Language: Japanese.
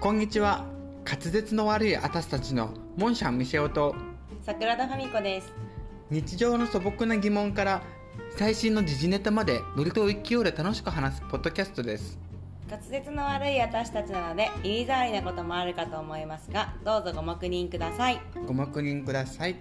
こんにちは滑舌の悪い私たちのモンシャンミシェオと桜田ファミコです日常の素朴な疑問から最新の時事ネタまでノリと勢いで楽しく話すポッドキャストです滑舌の悪い私たちなので耳障りなこともあるかと思いますがどうぞご黙認くださいご確認ください